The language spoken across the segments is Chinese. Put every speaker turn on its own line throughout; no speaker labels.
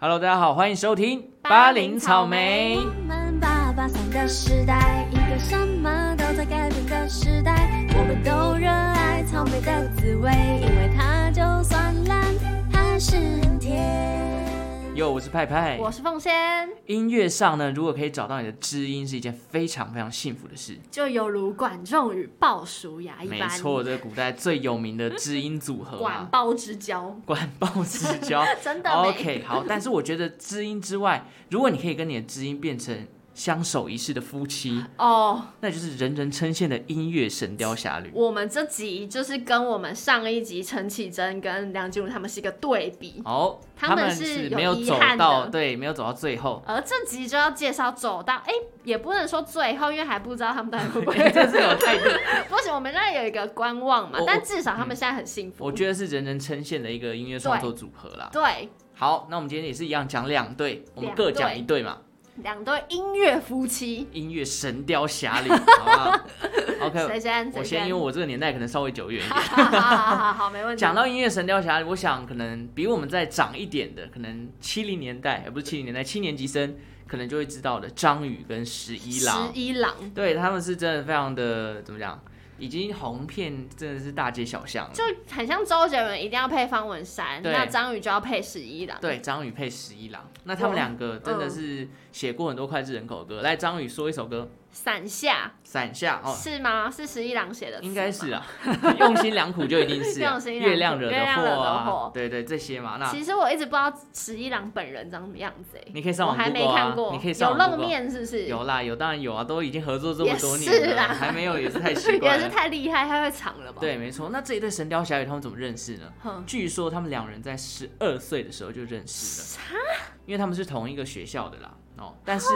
Hello，大家好，欢迎收听
巴林草莓
我们爸爸桑的时代，一个什么都在改变的时代。我们都热爱草莓的滋味，因为它就算烂，还是很甜。
哟，我是派派。
我是凤仙，
音乐上呢，如果可以找到你的知音，是一件非常非常幸福的事。
就犹如管仲与鲍叔牙一
没
般，
错，这个古代最有名的知音组合
管
啊，
鲍之交，
管鲍之交。
真的没
OK，好，但是我觉得知音之外，如果你可以跟你的知音变成相守一世的夫 妻，
哦。
那就是人人称羡的音乐《神雕侠侣》。
我们这集就是跟我们上一集陈绮贞跟梁静茹他们是一个对比，
哦，
他
他
们
们
是
是
有
没有
遗
走
憾
到，
的
对，没有走到最后。
而这集就要介绍走到，哎、也不能说最后，因为还不知道他们到底会不会。
这是有态度，
不行，我们现在有一个观望嘛
我，
但至少他们现在很幸福。
我觉得是人人称羡的一个音乐创作组合啦。
对，
好，那我们今天也是一样讲两对，我们
两
各
对
讲一对嘛。
两对音乐夫妻，
音乐《神雕侠 侣》，好不好？OK，
谁先？
我
谁
先，因为我这个年代可能稍微久远一 点。
好好好好好，没问题。
讲到音乐《神雕侠侣》，我想可能比我们再长一点的，可能七零年代，而不是七零年代，七年级生可能就会知道的，张宇跟十一郎
十，一郎，
对他们是真的非常的怎么讲，已经红遍真的是大街小巷了。
就很像周杰伦一定要配方文山，
对
那张宇就要配十一郎。
对，张宇配十一郎，那他们
哇
两个真的
嗯
是写过很多脍炙人口的歌。来，张宇说一首歌，
伞下、
《伞下》哦，
是吗？是十一郎写的，
应该是。啊， 用心良苦就一定是、啊、
用心良苦
月亮惹
月亮惹
的
的
祸啊
祸，
对对，这些嘛。那
其实我一直不知道十一郎本人长什么样子诶、
啊你可以上
我
网 g
还
o
没
o
看
啊，
过，
你可以上
有
网
露
Google 啊。
面是不是？
有啦，有当然有啊，都已经合作这么多年
也是
了，
啦
还没有也是太 奇
也
怪
是
了。
太厉害，太会藏了吧？，
对，没错。那这一对神雕侠侣他们怎么认识呢？
哼，
据说他们两人在十二岁的时候就认识了，因为他们是同一个学校的啦。哦，但是、
哦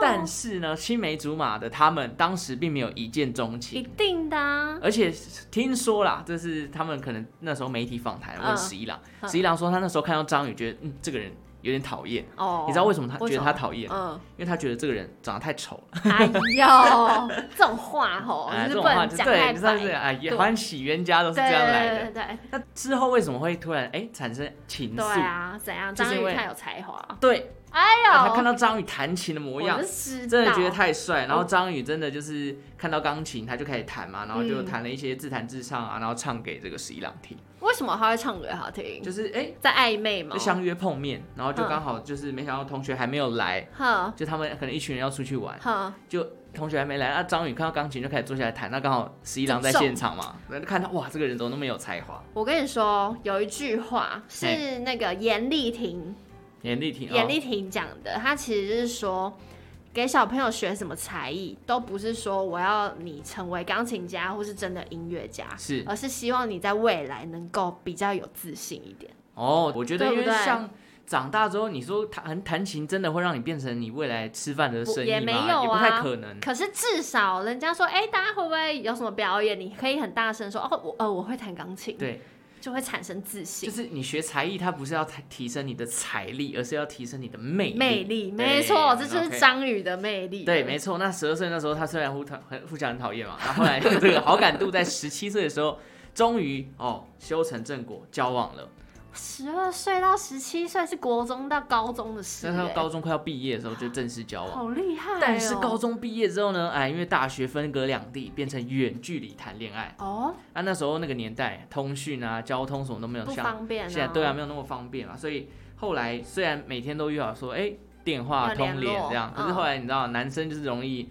但是呢，青梅竹马的他们当时并没有一见钟
一
情，
定的、啊。
而且听说啦，这是他们可能那时候媒体访谈问
嗯
十一郎，
嗯
十一郎说他那时候看到张宇，觉得嗯这个人有点讨厌。
哦，
呃你知道为什么他
为
觉
什
得
么
他讨厌？
嗯，
因为他觉得这个人长得太丑了。
哎呦，这种话吼，
哎，这
哦就是
种
不
话
能
就
讲太
对，你知道
白。
是哎，也
对
欢喜冤家都是这样来
对对
的。
对对
那之后为什么会突然哎产生情
对
愫？
啊，怎样？
就是
张
因为
宇太有才华，
对，
哎呦，
他看到张宇弹琴的模样
我就，知道
真的觉得太帅。然后张宇真的就是看到钢琴，他就开始弹嘛，然后就
嗯
弹了一些自弹自唱啊，然后唱给这个十一郎听，
为什么他会唱歌好听？
就是哎
在暧昧吗
就？相约碰面，然后就
嗯
刚好就是没想到同学还没有来，
哼
就他们可能一群人要出去玩，
哼，
就同学还没来，那张宇看到钢琴就开始坐下来弹，那刚好十一郎在现场嘛，然后就看到哇，这个人怎么那么有才华？
我跟你说，有一句话
嘿
是那个严丽婷，
严丽婷，
严
哦
丽婷讲的，她其实是说。给小朋友学什么才艺，都不是说我要你成为钢琴家或是真的音乐家，
是
而是希望你在未来能够比较有自信一点。
哦，我觉得
对
因
不
为
对
像。长大之后，你说弹弹琴真的会让你变成你未来吃饭的生意吗？
不也没有啊
也不太可能。
可是至少人家说，哎、大家会不会有什么表演？你可以很大声说，哦，我呃我会弹钢琴，
对，
就会产生自信
就。是你学才艺，它不是要提升你的财力，而是要提升你的魅力。
魅力，
对
没错，这就
OK
是张宇的魅力。
对，没错。那十二岁那时候，他虽然互讨很互相很讨厌嘛，然后后来这个好感度在十七岁的时候，终于哦修成正果，交往了。
十二岁到十七岁是国中到高中的事、
那他
欸
高中快要毕业的时候就正式交往。
好厉害、哦。
但是高中毕业之后呢，哎，因为大学分隔两地，变成远距离谈恋爱。
哦
啊，那时候那个年代，通讯啊、交通什么都没有
不
像
方便、啊，
现在，对啊，，没有那么方便嘛。所以后来虽然每天都约好说，哎、电话
要
通
联
联
络
这样，可是
嗯
后来你知道，男生就是容易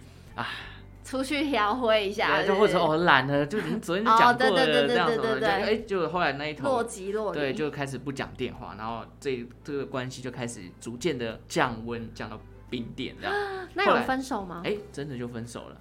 出去调挥一下，
对，就
对
或者哦懒了，就你昨天就讲
哦对
过了
对对对
这样子，
对对
就
对
哎，就后来那一
若
头，
即若离，
对，就开始不讲电话，然后这这个关系就开始逐渐的降温，降到冰点这样，
那
后来
有分手吗？
哎，真的就分手了。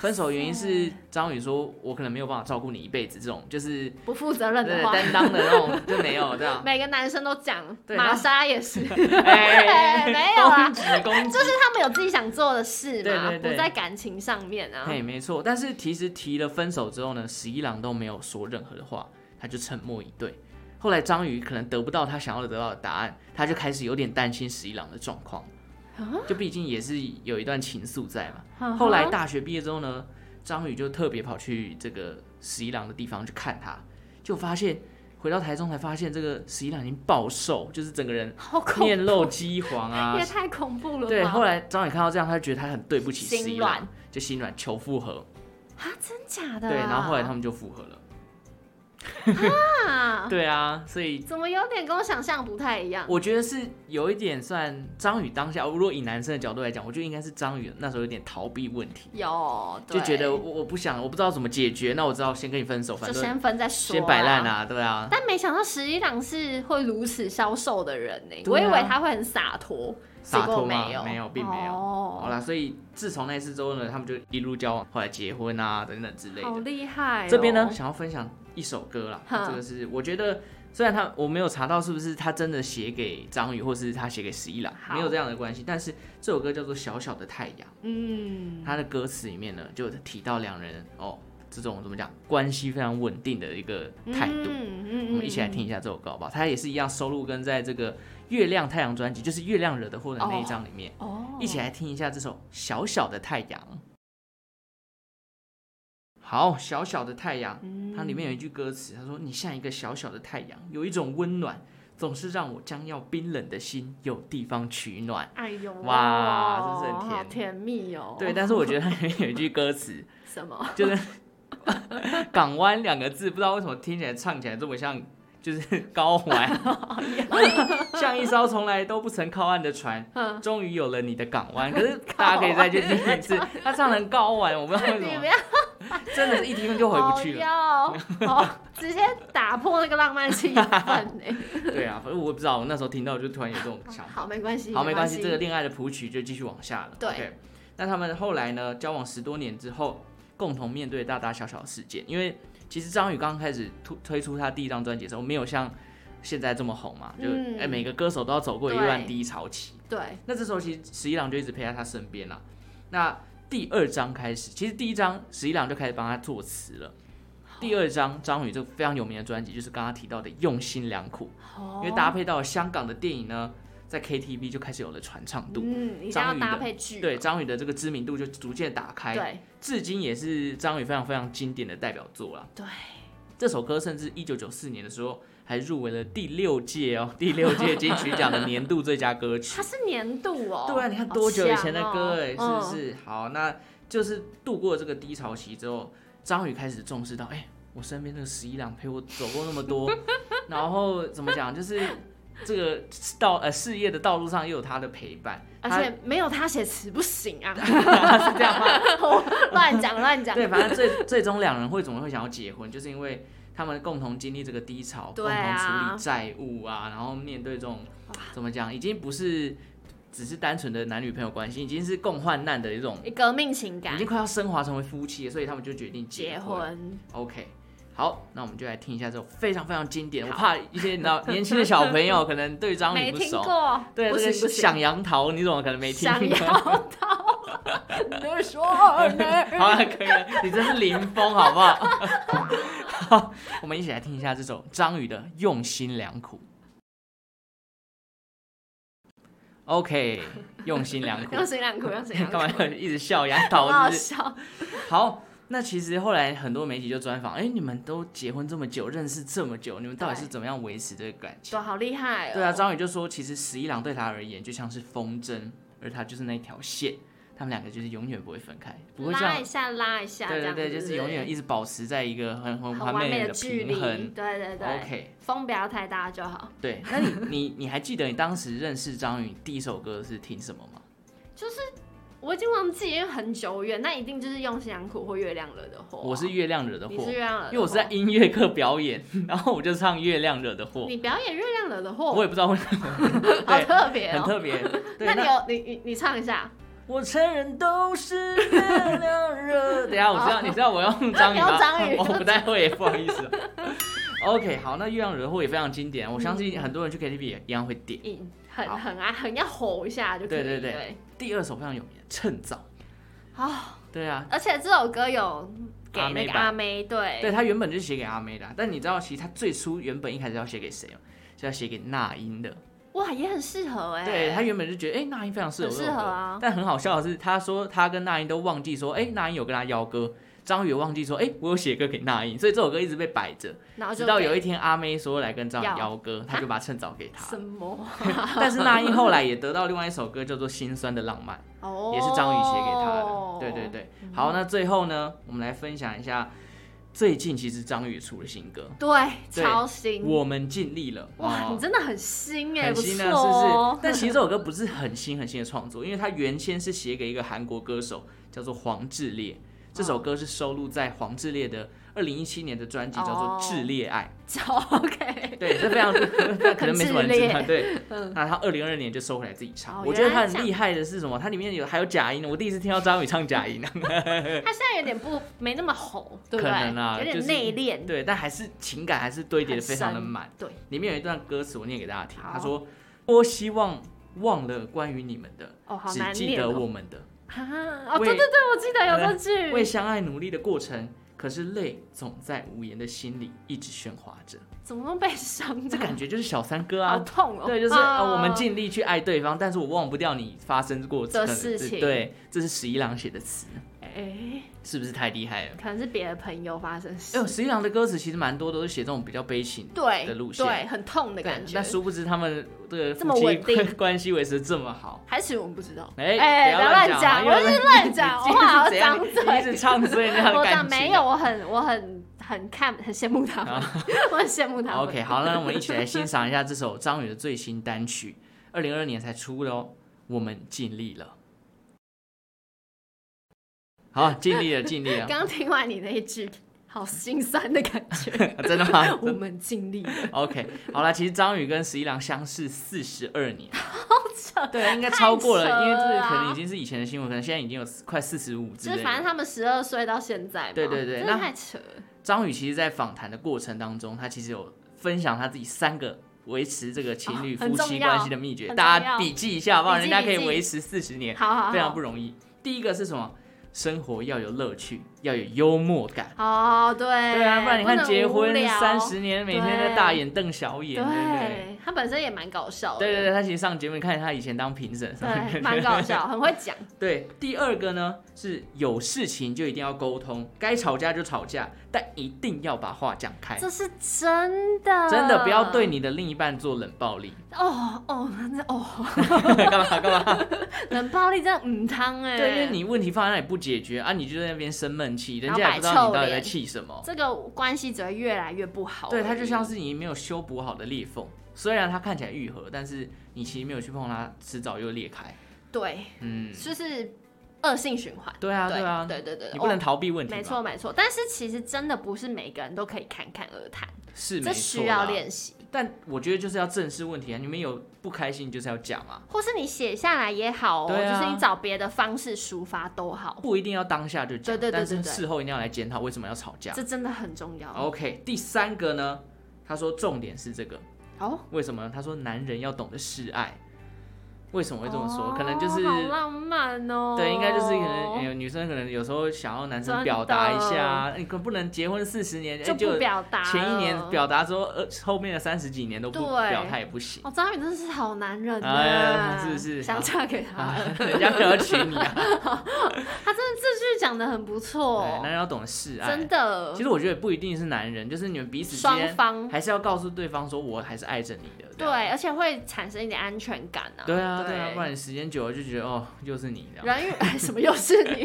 分手原因是张宇说，我可能没有办法照顾你一辈子，这种就是
不负责任
对
的话，。
担当的那种就没有这样
每个男生都讲，
对然
玛
后
莎 也是，
哎，
没 有啦
攻击攻击
就，是他们有自己想做的事嘛，
对对对
不在感情上面啊。
哎，没错。但是其实提了分手之后呢，十一郎都没有说任何的话，他就沉默以对。后来章鱼可能得不到他想要的得到的答案，他就开始有点担心十一郎的状况，
啊
就毕竟也是有一段情愫在嘛。
嗯哼
后来大学毕业之后呢，章鱼就特别跑去这个十一郎的地方去看他，就发现回到台中才发现这个十一郎已经暴瘦，就是整个 人
好恐
面露肌黄啊
也。太恐怖了吧。
对，后来张宇看到这样，他就觉得他很对不起
心
十一
软
郎，就心软求复合。
啊，真假的啊、
对，然后后来他们就复合了。
啊，
对啊，所以
怎么有点跟我想象不太一样？
我觉得是有一点算张宇当下，如果以男生的角度来讲，我觉得应该是张宇那时候有点逃避问题，
有，
就
对
觉得我我不想，我不知道怎么解决，那我知道先跟你分手，反
就
正
先分再说、
先摆烂。啊，对啊。
但没想到十一郎是会如此消瘦的人
对
呢、
啊
我以为他会很洒脱，
洒
结
脱
果
吗
没有，
没有并没有
哦、
好啦，所以自从那次之后呢，他们就一路交往，后来结婚啊等等之类
好
的。
厉害哦、
这边呢，想要分享一首歌啦，
哼
这个是我觉得虽然他我没有查到是不是他真的写给张宇，或是他写给十一郎，
好
没有这样的关系，但是这首歌叫做《小小的太阳》。
嗯，
他的歌词里面呢，就有提到两人哦这种怎么讲关系非常稳定的一个态度。
嗯
我们一起来听一下这首歌好不好？它也是一样收录跟在这个《月亮太阳》专辑，就是《月亮惹的祸》的那一张里面。
哦，
一起来听一下这首《小小的太阳》。好，《小小的太阳》
嗯，
它里面有一句歌词，他说：“你像一个小小的太阳，有一种温暖，总是让我将要冰冷的心有地方取暖。”
哎呦，
哇真是很
好
甜
甜蜜哦。
对，但是我觉得它里面有一句歌词，
什么？
就是港湾两个字，不知道为什么听起来唱起来这么像，就是高玩， 像一艘从来都不曾靠岸的船，
嗯，
终于有了你的港湾。可是大家可以再去听一次，他唱成高玩，我不知 道为
你
什
不
么，
要
真的是一听就回不去了。
好 要好，直接打破那个浪漫气氛哎。
对啊，反正我也不知道，我那时候听到就突然有这种想法。
好，没关系，
好，没关系，
系，
这个恋爱的谱曲就继续往下了。
对
OK，那他们后来呢，交往十多年之后，共同面对大大小小的事件，因为其实张宇刚开始推推出他第一张专辑的时候，没有像现在这么红嘛，就哎、
嗯
每个歌手都要走过一
对
段低潮期。
对，
那这时候其实十一郎就一直陪在他身边啦。那第二章开始，其实第一章十一郎就开始帮他作词了。第二章张宇这个非常有名的专辑，就是刚刚提到的《用心良苦》。因为搭
配
配到了香港的电影呢，在 KTV 就开始有了传唱度。
嗯，一定
张
要
宇
搭
的
配剧嘛，哦
对张宇的这个知名度就逐渐打开，
对
至今也是张宇非常非常经典的代表作啦。
对，
这首歌甚至一九九四年的时候还入围了第六届哦，第六届金曲奖的年度最佳歌曲
它。是年度哦。
对啊，你看
好
多久以前的
强哦
歌哎、
嗯
是不是？好，那就是度过这个低潮期之后，张宇开始重视到，哎、我身边这个十一郎陪我走过那么多，然后怎么讲，就是这个道呃事业的道路上又有他的陪伴，
而
他
且没有他写词不行 啊，
是这样吗？
乱讲乱讲。
对，反正最最终两人会怎么会想要结婚，就是因为他们共同经历这个低潮，共
对
同
啊
处理债务啊，然后面对这种怎么讲，已经不是只是单纯的男女朋友关系，已经是共患难的一种，
革命情
已
感
经，快要升华成为夫妻了，所以他们就决定
结
婚。
婚
OK，好，那我们就来听一下这首非常非常经典，我怕一些你知道年轻的小朋友可能对张宇
没
不
听
熟。
过，
对，
不
这个
行不行，
想杨桃，你怎么可能没听
想
过？
要到你的说儿
好了，啊可以了，你真是林峰，好不好？ 好，我们一起来听一下这首张宇的《用心良苦》。OK，用心良苦
用，心良苦，用心良苦，
干嘛一直笑牙
好
倒是
好
不是？
笑。
好，那其实后来很多媒体就专访，哎、你们都结婚这么久，认识这么久，你们到底是怎么样维持这个感情
对，？好厉害、哦。
对啊，张宇就说，其实十一郎对他而言就像是风筝，而他就是那条线，他们两个就是永远不会分开，不会这样
拉一下，拉一下，
对
这
对
样
对，
子
就是永远一直保持在一个很很
很
完
完美
的
距离
平。衡。
对对对
OK
风不要太大就好。
对，那你你你还记得你当时认识张宇第一首歌是听什么吗？
就是我已经忘记，因为很久远，那一定就是用心良苦或月亮惹的祸啊。
我是《月亮惹的祸
你》，是月亮惹的祸，
因为我是在音乐课表演，然后我就唱《月亮惹的祸
你》，表演月亮惹的祸，
我也不知道为什么，
好
对，
特别
很
哦。
特别。对，
那你有你你你唱一下，
我承认都是月亮惹。 等一下，我知道，你知道我要用章鱼
你
吗？
用章鱼
我不太会，不好意 思。OK，好，那《月亮惹的祸》也非常经典，我相信很多人去 KTV 也一样会点。
嗯，很
好
很爱很要吼一下就可以。
对对对
对，
第二首非常有名，《趁早》。
啊，
对啊，
而且这首歌有给
阿妹
那个
版
阿妹，对
对他原本就是写给阿妹的啊，但你知道其实他最初原本一开始要写给谁吗？是要写给那英的。
哇，也很适合哎。
对他原本就觉得，哎、那英非常适合
很
这
适
首歌。
合啊
但很好笑的是，他说他跟那英都忘记说，哎、那英有跟他邀歌，章鱼也忘记说，哎、我有写歌给那英，所以这首歌一直被摆着，
然后哦就
直到有
给
一天阿妹说来跟章
要
鱼邀歌，他就把趁早给他
什。么
但是那英后来也得到另外一首歌叫做《心酸的浪漫》，
哦，
也是章鱼写给他的。对对对，
嗯
好，那最后呢，我们来分享一下最近其实章鱼也出了新歌，
对，
对
超新
我们尽力了。
哇，
哦
你真的很新哎，
很
不
新啊呢，是
错
不
哦
是？但其实这首歌不是很新很新的创作，因为它原先是写给一个韩国歌手叫做黄致列，这首歌是收录在黄致列的二零一七年的专辑叫做
哦
《致列 爱》。
超 OK，
对，这非常可能没什么人
很
知
自
道。
恋嗯
对，那他二零二二年就收回来自己
哦
唱。我觉得
原来
他
是这样
很厉害的是什么？它里面有还有假音，我第一次听到张宇唱假 音，啊
他现在有点不没那么红，对不
可能
对？
啊，
有
就
点
是
内敛，
对，但还是情感还是堆叠的
很
非常的
深
满。
对，
里面有一段歌词，我念给大家听。
好
他说：“我希望忘了关于你们的，
哦，好
只
难
记
念
得
哦。
我们的。
啊，哦，
为
对对对，我记得有这句。
为相爱努力的过程，可是泪总在无言的心里一直喧哗着。
怎么那么悲伤？
这感觉就是小三哥
好
啊，
痛哦。
对，就是、
啊
呃、我们尽力去爱对方，但是我忘不掉你发生过
的
可能
事
是
情
对，这是十一郎写的词，
哎，
是不是太厉害了？
可能是别的朋友发生
哎呦，
事，
十一郎的歌词其实蛮多都是写这种比较悲情
对
的路线
对，很痛的感觉
但。殊不知他们的
这么
夫妻
稳定
关系维持得这么好。
还是我们不知道。
哎
不
不
要
要
乱
乱讲
讲，我
啊
就是乱讲，我
你今天
好
是
像
怎样？
张
你一
嘴。
直唱衰人家的
我
感
讲
情。
没有，我很我很很看很羡慕他们，我很羡慕他们。
OK，好，那我们一起来欣赏一下这首张宇的最新单曲，二零二二年才出的哦。我们尽力了，好，尽力了，尽力了，
刚听完你那一句，好心酸的感觉。
啊 真的 吗
我们尽力 了，
？OK，好了，其实张宇跟十一郎相识四十二年，
扯
对，应该
太
超过了，
扯
因为这可能
啊
已经是以前的新闻，可能现在已经有快四十五之
就是
类
反正
的。
他们十二岁到现在嘛，
对对对
真的
那
太扯了。
张宇其实，在访谈的过程当中，他其实有分享他自己三个。维持这个情侣
哦很
夫
重
妻
要
关系的秘诀，
很
大
重要
家笔记一下，好不好？
笔
人
记
家
笔
可以
记
维持四十年，
好好好，
非常不容易。第一个是什么？生活要有乐趣，要有幽默感。
哦，对，
对啊，不然你
能
看结
无
婚
聊
三，十年，每天在大眼瞪小眼，对不对？
对，他本身也蛮搞笑的，
对对对，他其实上节目，你看他以前当评审，
对，蛮搞笑，很会讲，
对，第二个呢是有事情就一定要沟通，该吵架就吵架，但一定要把话讲开，
这是真的，
哎真的不要对你的另一半做冷暴力。
哦哦，那哦，
干嘛干嘛？
冷暴力真的嗯汤哎，
对，因为你问题放在那里不解决啊，你就在那边生闷气，人
然后
家也
摆
不知道
臭
你到底在
脸
气什么。
这个关系只会越来越不好而
对，
已，
它就像是你没有修补好的裂缝，虽然它看起来愈合，但是你其实没有去碰它，迟早又裂开。
对，
嗯，
就是恶性循环，
对啊，
对
啊，
对对对，
你不能
哦
逃避问题嘛，
没错没错，但是其实真的不是每个人都可以侃侃而谈，
是
这
没错
需要
啦。
练习。
但我觉得就是要正视问题啊，你们有不开心就是要讲啊，
或是你写下来也好、哦，
对啊
就是你找别的方式抒发都好，
不一定要当下就讲，
对对对
但
对
是
对
事后一定要来检讨为什么要吵架。
这真的很重要。
OK，第三个呢，他说重点是这个，
哦，
为什么呢？他说男人要懂得示爱，为什么会这么说？
哦
可能就是
好浪漫哦。
对，应该就是可能、呃女生可能有时候想要男生
真
表达一
的
下啊，你可不能结婚四十年，哎
就不表达了。
前一年表达之后，呃，后面的三十几年都不
对
表态也不行，
哦，张宇真是好男人啊，
哎是是
想嫁给他
啊
了，
人家可要娶你啊。
他真的这句讲的很不错，
对，哎男人要懂得示爱。
哦真，的
其。实我觉得不一定是男人，就是你们彼此之
双
间
方
还是要告诉对方说，我还是爱着你的。这
对，
样。
而且会产生一点安全感啊。
对啊，对啊，不然时间久了就觉得哦，又是你这样。
人与、 哎什么又是你？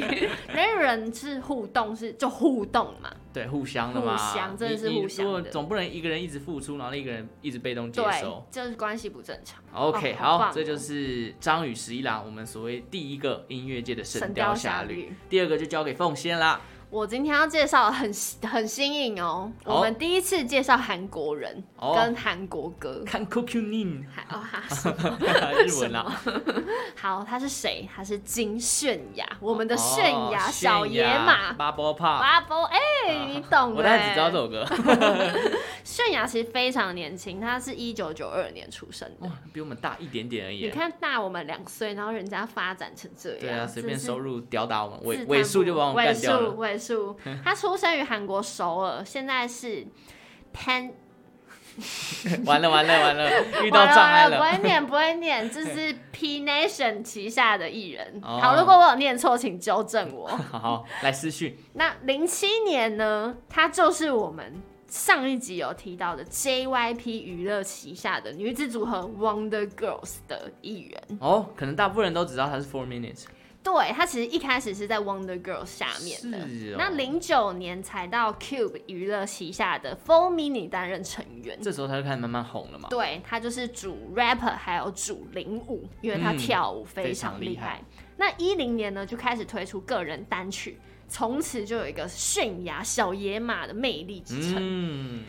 人与人是互动，是就互动嘛。
对，互相的嘛，
互相真的
你
是
你
互相
如果
的
总不能一个人一直付出，然后另一个人一直被动接收
对。，就是关系不正常。
OK，、
哦好
好，
棒哦
这就是张宇十一郎，我们所谓第一个音乐界的《神雕侠
神雕
侣
侠侣》，
第二个就交给凤仙啦。
我今天要介绍很很新颖哦，
哦
我们第一次介绍韩国人
哦
跟韩国歌。
看 Q Nin
还哦哈，什么
日文啦，
好，他是谁？他是金泫雅，我们的泫
哦
雅小野马。
巴波帕，
Bubble，哎、你懂
啊我
的、
大概只知道这首歌，
泫雅其实非常年轻，她是一九九二年出生的。
哇，哦比我们大一点点而
你
已。
看大我们两岁，然后人家发展成这样，
对啊，随便
真是
收入吊打我们，
自
尾
叹
尾
不
数就把我们干掉了。
尾数尾数，他出生于韩国首尔，现在是 Pan
完了完了完 了，遇到障碍
完
了。
完不会念，不会念，这是 P Nation 旗下的艺人。
哦
好，如果我有念错，请纠 正我。
好好，来私讯。
那零七年呢，它就是我们上一集有提到的 JYP 娱乐旗下的女子组合 Wonder Girls 的一员。
哦，可能大部分人都只知道他是 Four Minutes。
对，它其实一开始是在 Wonder Girls 下面的。
是哦
那零九年才到 Cube 娱乐旗下的 Four Mini 担任成员。
这时候他就开始慢慢红了嘛。
对他就是主 rapper，还有主领舞，因为他
嗯
跳舞
非
非
常
常
厉
厉
害
害。那一零年呢，就开始推出个人单曲，从此就有一个泫雅小野马的魅力之称。
嗯，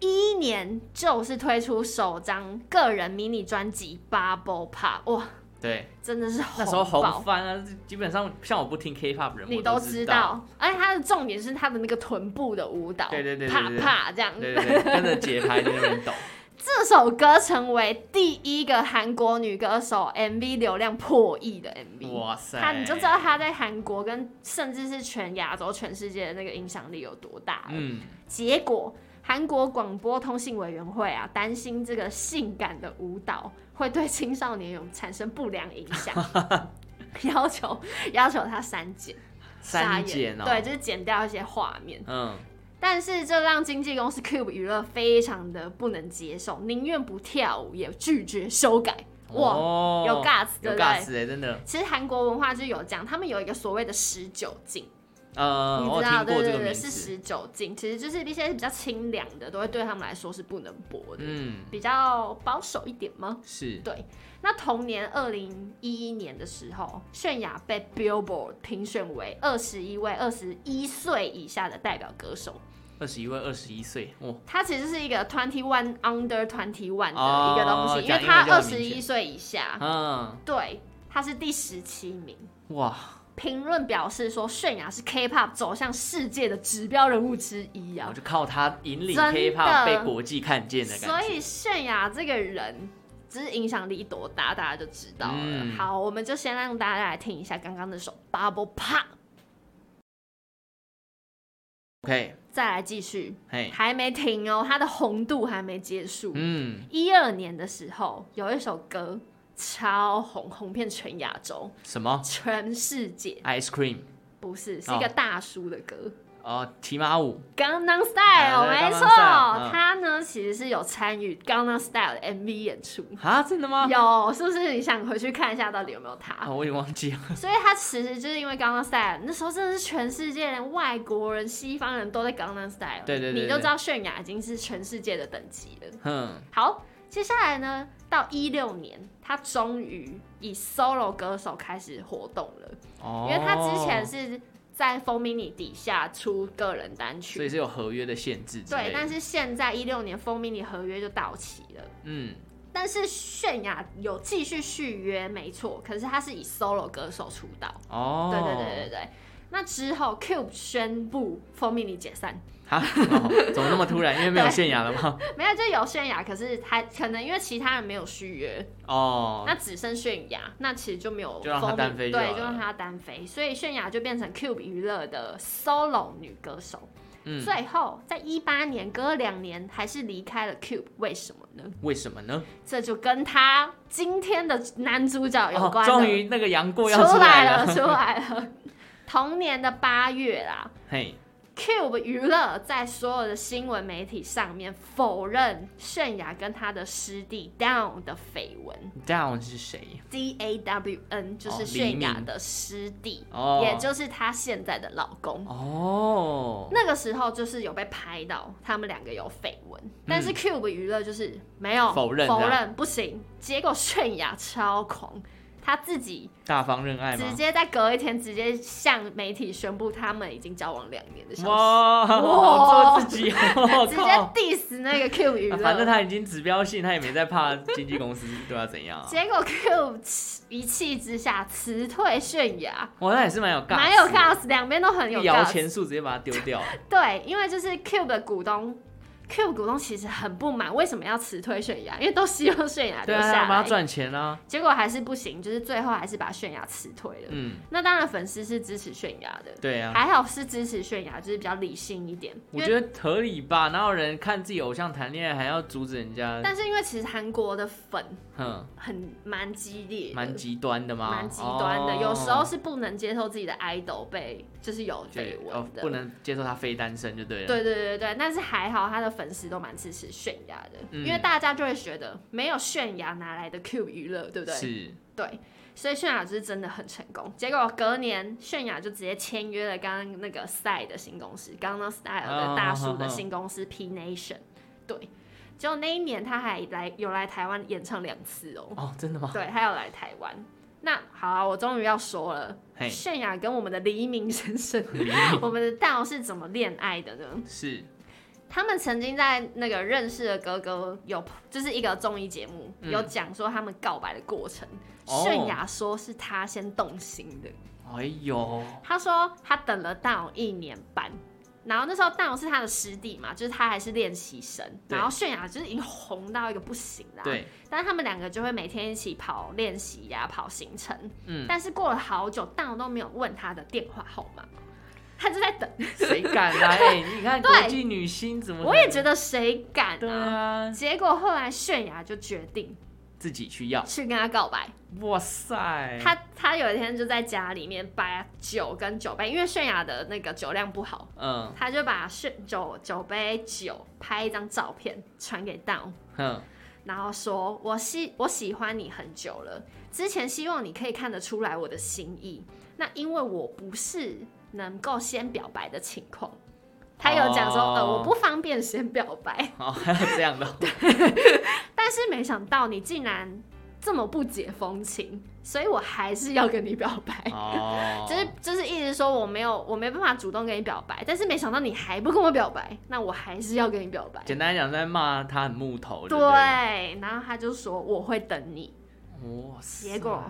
一一年就是推出首张个人迷你专辑《Bubble Pop》，哇，
对，
真的是红
那时候红
爆。
翻啊，基本上像我不听 K-pop 人，
你
我都
知
道。
道，而且他的重点是他的那个臀部的舞蹈，
对对对对
啪
对
啪这样。
对对对，跟着节拍在那边抖。
这首歌成为第一个韩国女歌手 MV 流量破亿的 MV。
哇塞！
她你就知道她在韩国跟甚至是全亚洲、全世界的那个影响力有多大了。
嗯，
结果韩国广播通信委员会啊，担心这个性感的舞蹈会对青少年有产生不良影响， 要求要求她删减，
删减哦。
傻眼对，就是剪掉一些画面。
嗯，
但是这让经纪公司 Cube 娱乐非常的不能接受，宁愿不跳舞也拒绝修改。哇，
哦
有 guts，
有
对不对
guts 哎，真的。
其实韩国文化就有讲，他们有一个所谓的十九禁，
呃，
你
我
知
有
道
听
对
过这
对
个
对，
名字。
是十九禁，其实就是一些比较清凉的，都会对他们来说是不能播的，
嗯，
比较保守一点吗？
是。
对，那同年二零一一年的时候，泫雅被 Billboard 评选为二十一位二十一岁以下的代表歌手。
二十一位，二十一岁，哦，
它其实是一个 twenty one under twenty one
哦
的一个东西，因
讲
为
英文
它
就
二
很明
十一
显
岁以下，
嗯，
对，它是第十七名。
哇，
评论表示说，泫雅是 K-pop 走向世界的指标人物之一
我
啊，
就靠他引领
真的
K-pop 被国际看见的感
所
觉。
以泫雅这个人。只是影响力多大，大家就知道了。
嗯
好，我们就先让大家来听一下刚刚那首《Bubble Pop》，
OK，
再来继续，
嘿，
还没停哦，它的红度还没结束。
嗯，
一二年的时候，有一首歌超红，红遍全亚洲、
什么
全世界，
？Ice Cream，
不是，是一个
哦
大叔的歌。
哦，骑马舞，
《Gangnam
啊
Style》
对
没
Gangnam
错
Style，嗯，
他呢其实是有参与《Gangnam Style》的 MV 演出，
啊，真的吗？
有是不是？你想回去看一下到底有没有
啊，
他？
我也忘记了。
所以他其实就是因为《Gangnam Style》，那时候真的是全世界连外国人、西方人都在《Gangnam Style》，
对对对对
你就知道泫雅已经是全世界的等级了。
哼，
好，接下来呢，到一六年，他终于以 solo 歌手开始活动了，
哦，
因为他之前，是在风 mini 底下出个人单
所以
曲，
是有合约的限制之类
对
的，，
但是现在一六年风 mini 合约就到期了。
嗯，
但是泫雅有继续续约，没错，可是她是以 solo 歌手出道，
哦，
对对对对对。那之后，Cube 宣布风 mini 解散，
哈，哦怎么那么突然？因为没有泫雅了吗？
没有就有泫雅，可是她可能因为其他人没有续约，
哦
那，只剩泫雅，那其实就没有
就让她
风靡
单飞就好
对，
了
就让她单飞，所以泫雅就变成 Cube 娱乐的 solo 女歌手。
嗯，
最后，在一八年隔了两年，还是离开了 Cube，为什么呢？
为什么呢？
这就跟她今天的男主角有
哦，
关了。
终于那个杨过要
出
来
了，出来了。同年的八月啦
嘿，
，Cube 娱乐在所有的新闻媒体上面否认泫雅跟她的师弟 Down 的绯闻。
Down 是谁？
D A W N 就
哦
是泫
黎
雅
明
的师弟，
哦
也就是她现在的老公。
哦，
那个时候就是有被拍到他们两个有绯闻，但是 Cube 娱乐就是没有
嗯否认啊
否
这样
认不行。结果泫雅超狂，她自己
大方认爱
直
吗？
接在隔一天直接向媒体宣布他们已经交往两年的消息，
哇，好做自己哦，
直接
靠
diss 那个 Cube 娱
啊
乐。
反正他已经指标性，他也没在怕经纪公司对他怎 样啊。
结果 Cube 一气之下辞退泫雅，
哇，那也是蛮有 guts，
蛮有
的
gas，两边都很有
摇
gas。
钱树直接把它丢掉。
对，因为就是 Cube 的股东 Cube 股东其实很不满，为什么要辞退泫雅？因为都希望泫雅
对
留
啊，
下
让
来，
他赚钱啊，
结果还是不行，就是最后还是把泫雅辞退了。
嗯，
那当然，粉丝是支持泫雅的，
对啊，
还好是支持泫雅，就是比较理性一点。
我
因为
觉得合理吧，哪有人看自己偶像谈恋爱还要阻止人家？
但是因为其实韩国的粉
哼，
很蛮激烈的，
蛮极端的吗？
蛮极端的，
哦
有时候是不能接受自己的 idol 被就是有
就
绯
哦
闻的，
不。能接受他非单身就对了。
对对对对，但是还好他的粉丝都蛮支持泫雅的，
嗯
因为大家就会觉得没有泫雅哪来的 Q 娱乐，对不对？
是，
对，所以泫雅就是真的很成功。结果隔年，泫雅就直接签约了刚刚那个 Style 的新公司，刚刚 Style
啊
的大叔的新公司 P Nation。对，结果那一年他还来有来台湾演唱两次哦。
哦，真的吗？
对，他有来台湾。那好啊，我终于要说了，
嘿，
泫雅跟我们的黎明先生， 我们的道是怎么恋爱的呢？
是，
他们曾经在那个认识的哥哥有，就是一个综艺节目、
嗯
有讲说他们告白的过程。
哦
泫雅说是他先动心的，
哎呦，
他说他等了大勇一年半，然后那时候大勇是他的师弟嘛，就是他还是练习生，
对
然后泫雅就是已经红到一个不行啦、，
对，
但是他们两个就会每天一起跑练习呀、跑行程，
嗯，
但是过了好久，大勇都没有问他的电话号码，他就在等。
谁敢 来？哎你看国
对
际女星怎么？
我也觉得谁敢
对
啊
啊，
结果后来泫雅就决定
自己去要。
去跟他告白。
哇塞，
他他有一天就在家里面把酒跟酒杯，因为泫雅的那个酒量不好，
嗯
他就把泫酒酒杯酒拍一张照片传给 Down，
哼，
然后说我喜我喜欢你很久了，之前希望你可以看得出来我的心意。那因为我不是能够先表白的情况，他有讲说、
哦
呃我不方便先表白，
好，还有这样的哦，
但是没想到你竟然这么不解风情，所以我还是要跟你表白。
哦，
就是就是一直说我没有我没办法主动跟你表白，但是没想到你还不跟我表白，那我还是要跟你表白。
简单来讲，在骂他很木头，对不对？
对，然后他就说我会等你，
哇塞，
结果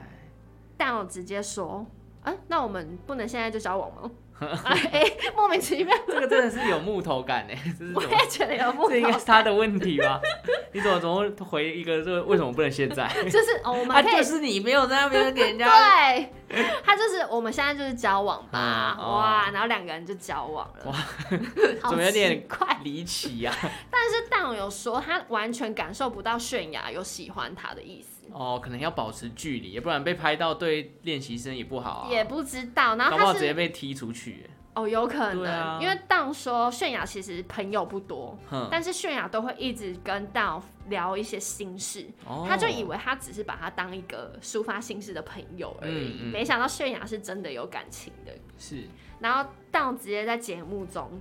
但我直接说，哎、那我们不能现在就交往吗？ 哎、莫名 其妙，
这个真的是有木头感哎，这是
我
什么？
也觉得有不
这应该
懂，
是他的问题吧？ 你怎么怎么会回一个这个为什么不能现 在？
就是哦，我
啊，
们可以、
就是你没有在那边给人家，
对，他就是我们现在就是交往吧，
嗯哦
哇，然后两个人就交往了，
哇
好
怎么有
奇
点
怪。
离奇啊呀、
但是但我有说他完全感受不到泫雅有喜欢他的意思，
哦，可能要保持距离，不然被拍到对练习生也不好啊。
也不知道，然后
搞不好
他
直接
是
被踢出去欸耶。
哦有可
对
能，
啊嗯
因为当说泫雅其实朋友不多，
哼，
但是泫雅都会一直跟道聊一些心事，
哦
他就以为他只是把他当一个抒发心事的朋友而已，
嗯嗯
没想到泫雅是真的有感情的。
是
然后道直接在节目中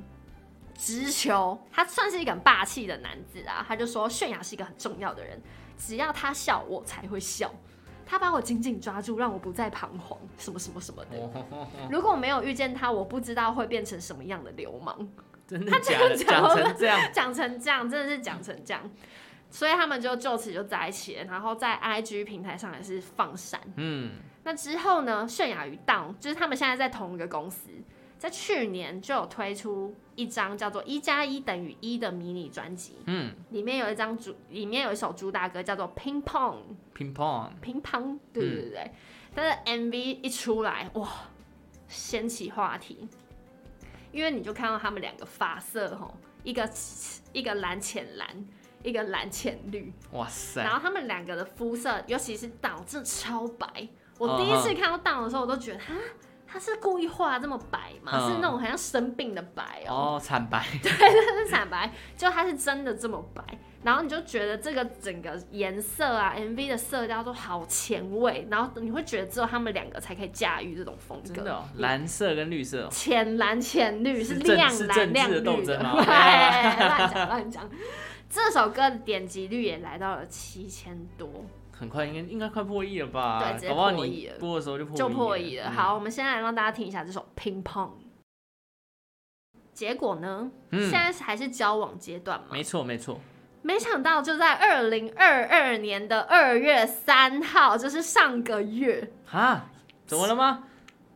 直球，他算是一个很霸气的男子啊，他就说泫雅是一个很重要的人，只要他笑我才会笑，他把我紧紧抓住，让我不再彷徨，什么什么什么的。如果没有遇见他，我不知道会变成什么样的流氓。
真的假的？
这样
讲
讲
成这样，
讲成这样，真的是讲成这样，所以他们就就此就在一起了，然后在 IG 平台上也是放闪。
嗯，
那之后呢，泫雅与 Down 就是他们现在在同一个公司，在去年就有推出一张叫做《一加一等于一》的迷你专辑，
嗯，
里面有一张主，里面有一首主打歌叫做《Ping Pong》，
乒乓，
乒乓，对对对对。但是 MV 一出来，哇，掀起话题，因为你就看到他们两个发色吼，一个一个蓝浅蓝，一个蓝浅绿，
哇塞
然，后他们两个的肤色，尤其是岛，真的超白。我第一次看到岛的时候，我都觉得哈。他是故意画这么白吗
嗯
是那种好像生病的白哦
哦，惨 白，
是惨白，就它是真的这么白，然后你就觉得这个整个颜色啊，MV 的色调都好前卫，然后你会觉得只有他们两个才可以驾驭这种风
真
格。
的哦，蓝色跟绿色哦，
浅蓝、浅绿是
是政
亮
是
蓝、
政
亮
治的
绿
斗
的，
争吗
对乱讲乱讲。这首歌的点击率也来到了七千多，
很快应该应该快破亿了吧？
对直接
搞不好
破
你
亿了
播的时候就破
就破亿了。
了。嗯，
好，我们先来让大家听一下这首《乒乓》。结果呢？现
嗯，
在还是交往阶段嘛？
没错没错，
没想到就在二零二二年的二月三号，就是上个月，
哈，怎么了吗？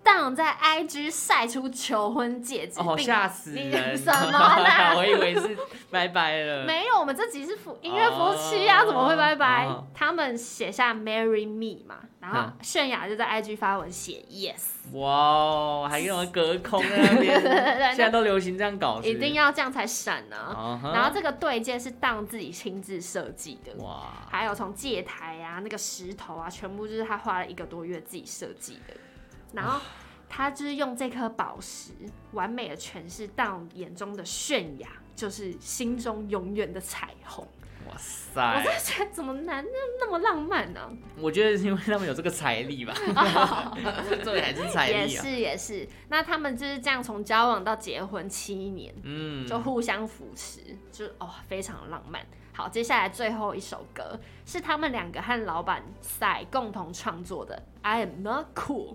当在 IG 晒出求婚戒指，
哦，
并
吓死
你
人！
什么啦？
我以为是拜拜了。
没有，我们这集是夫音乐夫妻啊，
哦
怎么会拜拜？
哦
他们写下 “marry me” 嘛，然后
嗯
泫雅就在 IG 发文写 “yes”，
哇哦，还用隔空在那边， 现在都流行这样搞，
一定
要。
要这样才闪啊。
啊哈
然后这个对戒是当自己亲自设计的，
哇，
还有从戒台啊、那个石头啊，全部就是他花了一个多月自己设计的。然后他就是用这颗宝石，完美的诠释当眼中的泫雅，就是心中永远的彩虹。
哇
我
塞
在！想，怎么男人那么浪漫呢、
我觉得是因为他们有这个财力吧，这还是财
也
力啊。
是也是，那他们就是这样从交往到结婚七年，
嗯，
就互相扶持，就哦非常浪漫。好，接下来最后一首歌是他们两个和老板赛共同创作的《I Am Not Cool》。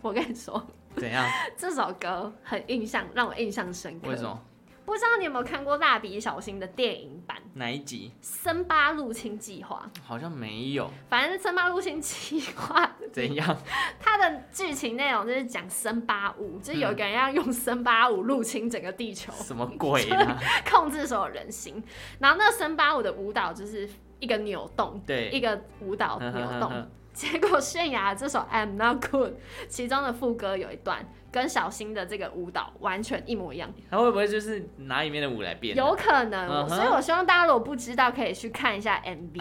我 跟你说，
怎样？
这首歌很印象，让我印象深刻。
为什？么？
不知道你有没有看过《蜡笔小新》的电影版
哪一集？
《森巴入侵计划
好像没有。》？
反正《森巴入侵计划》
怎样？
它的剧情内容就是讲森巴舞，就是有一个人要用森巴舞入侵整个地球，
什么鬼啊？
控制所有人心。然后那个森巴舞的舞蹈就是一个扭动，
对嗯
一个舞蹈扭动。结果泫雅这首《I'm Not Good》其中的副歌有一段跟小新的这个舞蹈完全一模一样，
他会不会就是拿里面的舞来变？
有可能。
嗯哼
所以我希望大家如果不知道，可以去看一下 MV，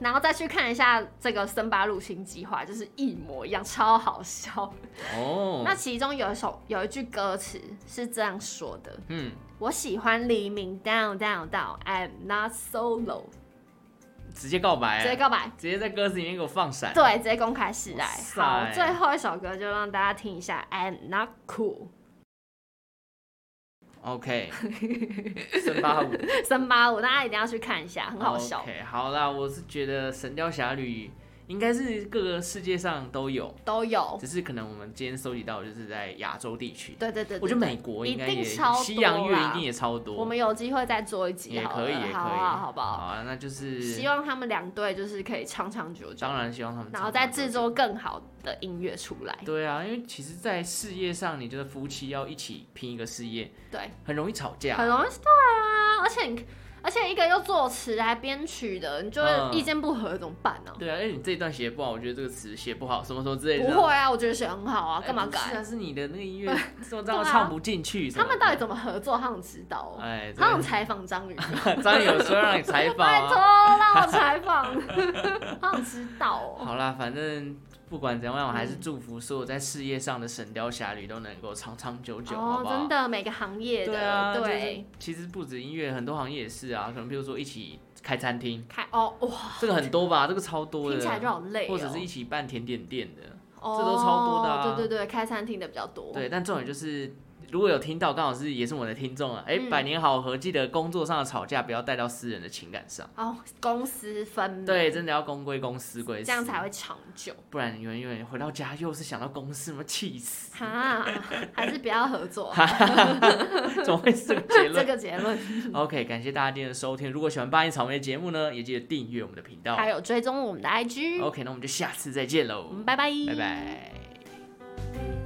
然后再去看一下这个森巴入侵计划，就是一模一样，超好笑。
哦。
那其中有一首有一句歌词是这样说的
嗯，：“
我喜欢黎明，down down down，I'm not solo。
直接告白啊，
直接告白，
直接在歌词里面给我放闪。
对，直接公开示爱
哇。塞
好，最后一首歌就让大家听一下，I'm not cool，
OK，森巴舞，
森巴舞，大家一定要去看一下，很好笑
OK，好啦，我是觉得《神雕侠侣》应该是各个世界上都有，
都有。
只是可能我们今天收集到的就是在亚洲地区。
对对对
我觉得
对对
美国应该
一
也，
定超多啦
西洋乐一定也超多。
我们有机会再做一集
也
好了，
可以，也可以，
好啊，好不
好
好？
啊，那就是
希望他们两队就是可以长长久久
当，然希望他们，
然后再制。作更好的音乐出来。
对啊，因为其实，在事业上，你就是夫妻要一起拼一个事业，
对。
很容易吵架。
很容易对啊，而且你而且一个又作词还编曲的，你就会
嗯
意见不合怎么办呢、
对啊，因为你这一段写不好，我觉得这个词写不好，什么什么之类的。
不会啊，我觉得写很好啊，
哎
干嘛
不是
改？
啊，是你的那个音 乐这么
对啊
脏唱不进去什么的。
他们到底怎么合作？他们知道、哦，
哎，
他们
张
采 访张宇，
张宇有说让你 采访
拜托
啊。
让我采访， 他们知道哦。
好啦，反正不管怎样，我还是祝福所有在事业上的《神雕侠侣》都能够长长久久，好
哦，
不好？
真的，每个行业的
对啊，
对
就是其实不止音乐，很多行业也是啊，可能比如说一起开餐厅，
开哦哇，
这个很多吧，这个超多的，
听起来就好累、哦，
或者是一起办甜点店的，
哦
这都超多的啊
对对对，开餐厅的比较多。
对。但重点就是，如果有听到，刚好是也是我的听众啊，哎、
嗯
百年好合，记得工作上的吵架不要带到私人的情感上。
哦，公私分明，
对，，真的要公归公，私归私，
这样才会长 久。
不然你永远回到家又是想到公司，什么气 死！
哈，还是不要合作，
怎么会是这个结
这
论、
个结论。
o k 感谢大家今天的收听。如果喜欢八音草莓的节目呢，也记得订阅我们的频道。
还有追踪我们的 IG，
OK，那我们就下次再见喽，
嗯拜拜，
拜拜。
Thank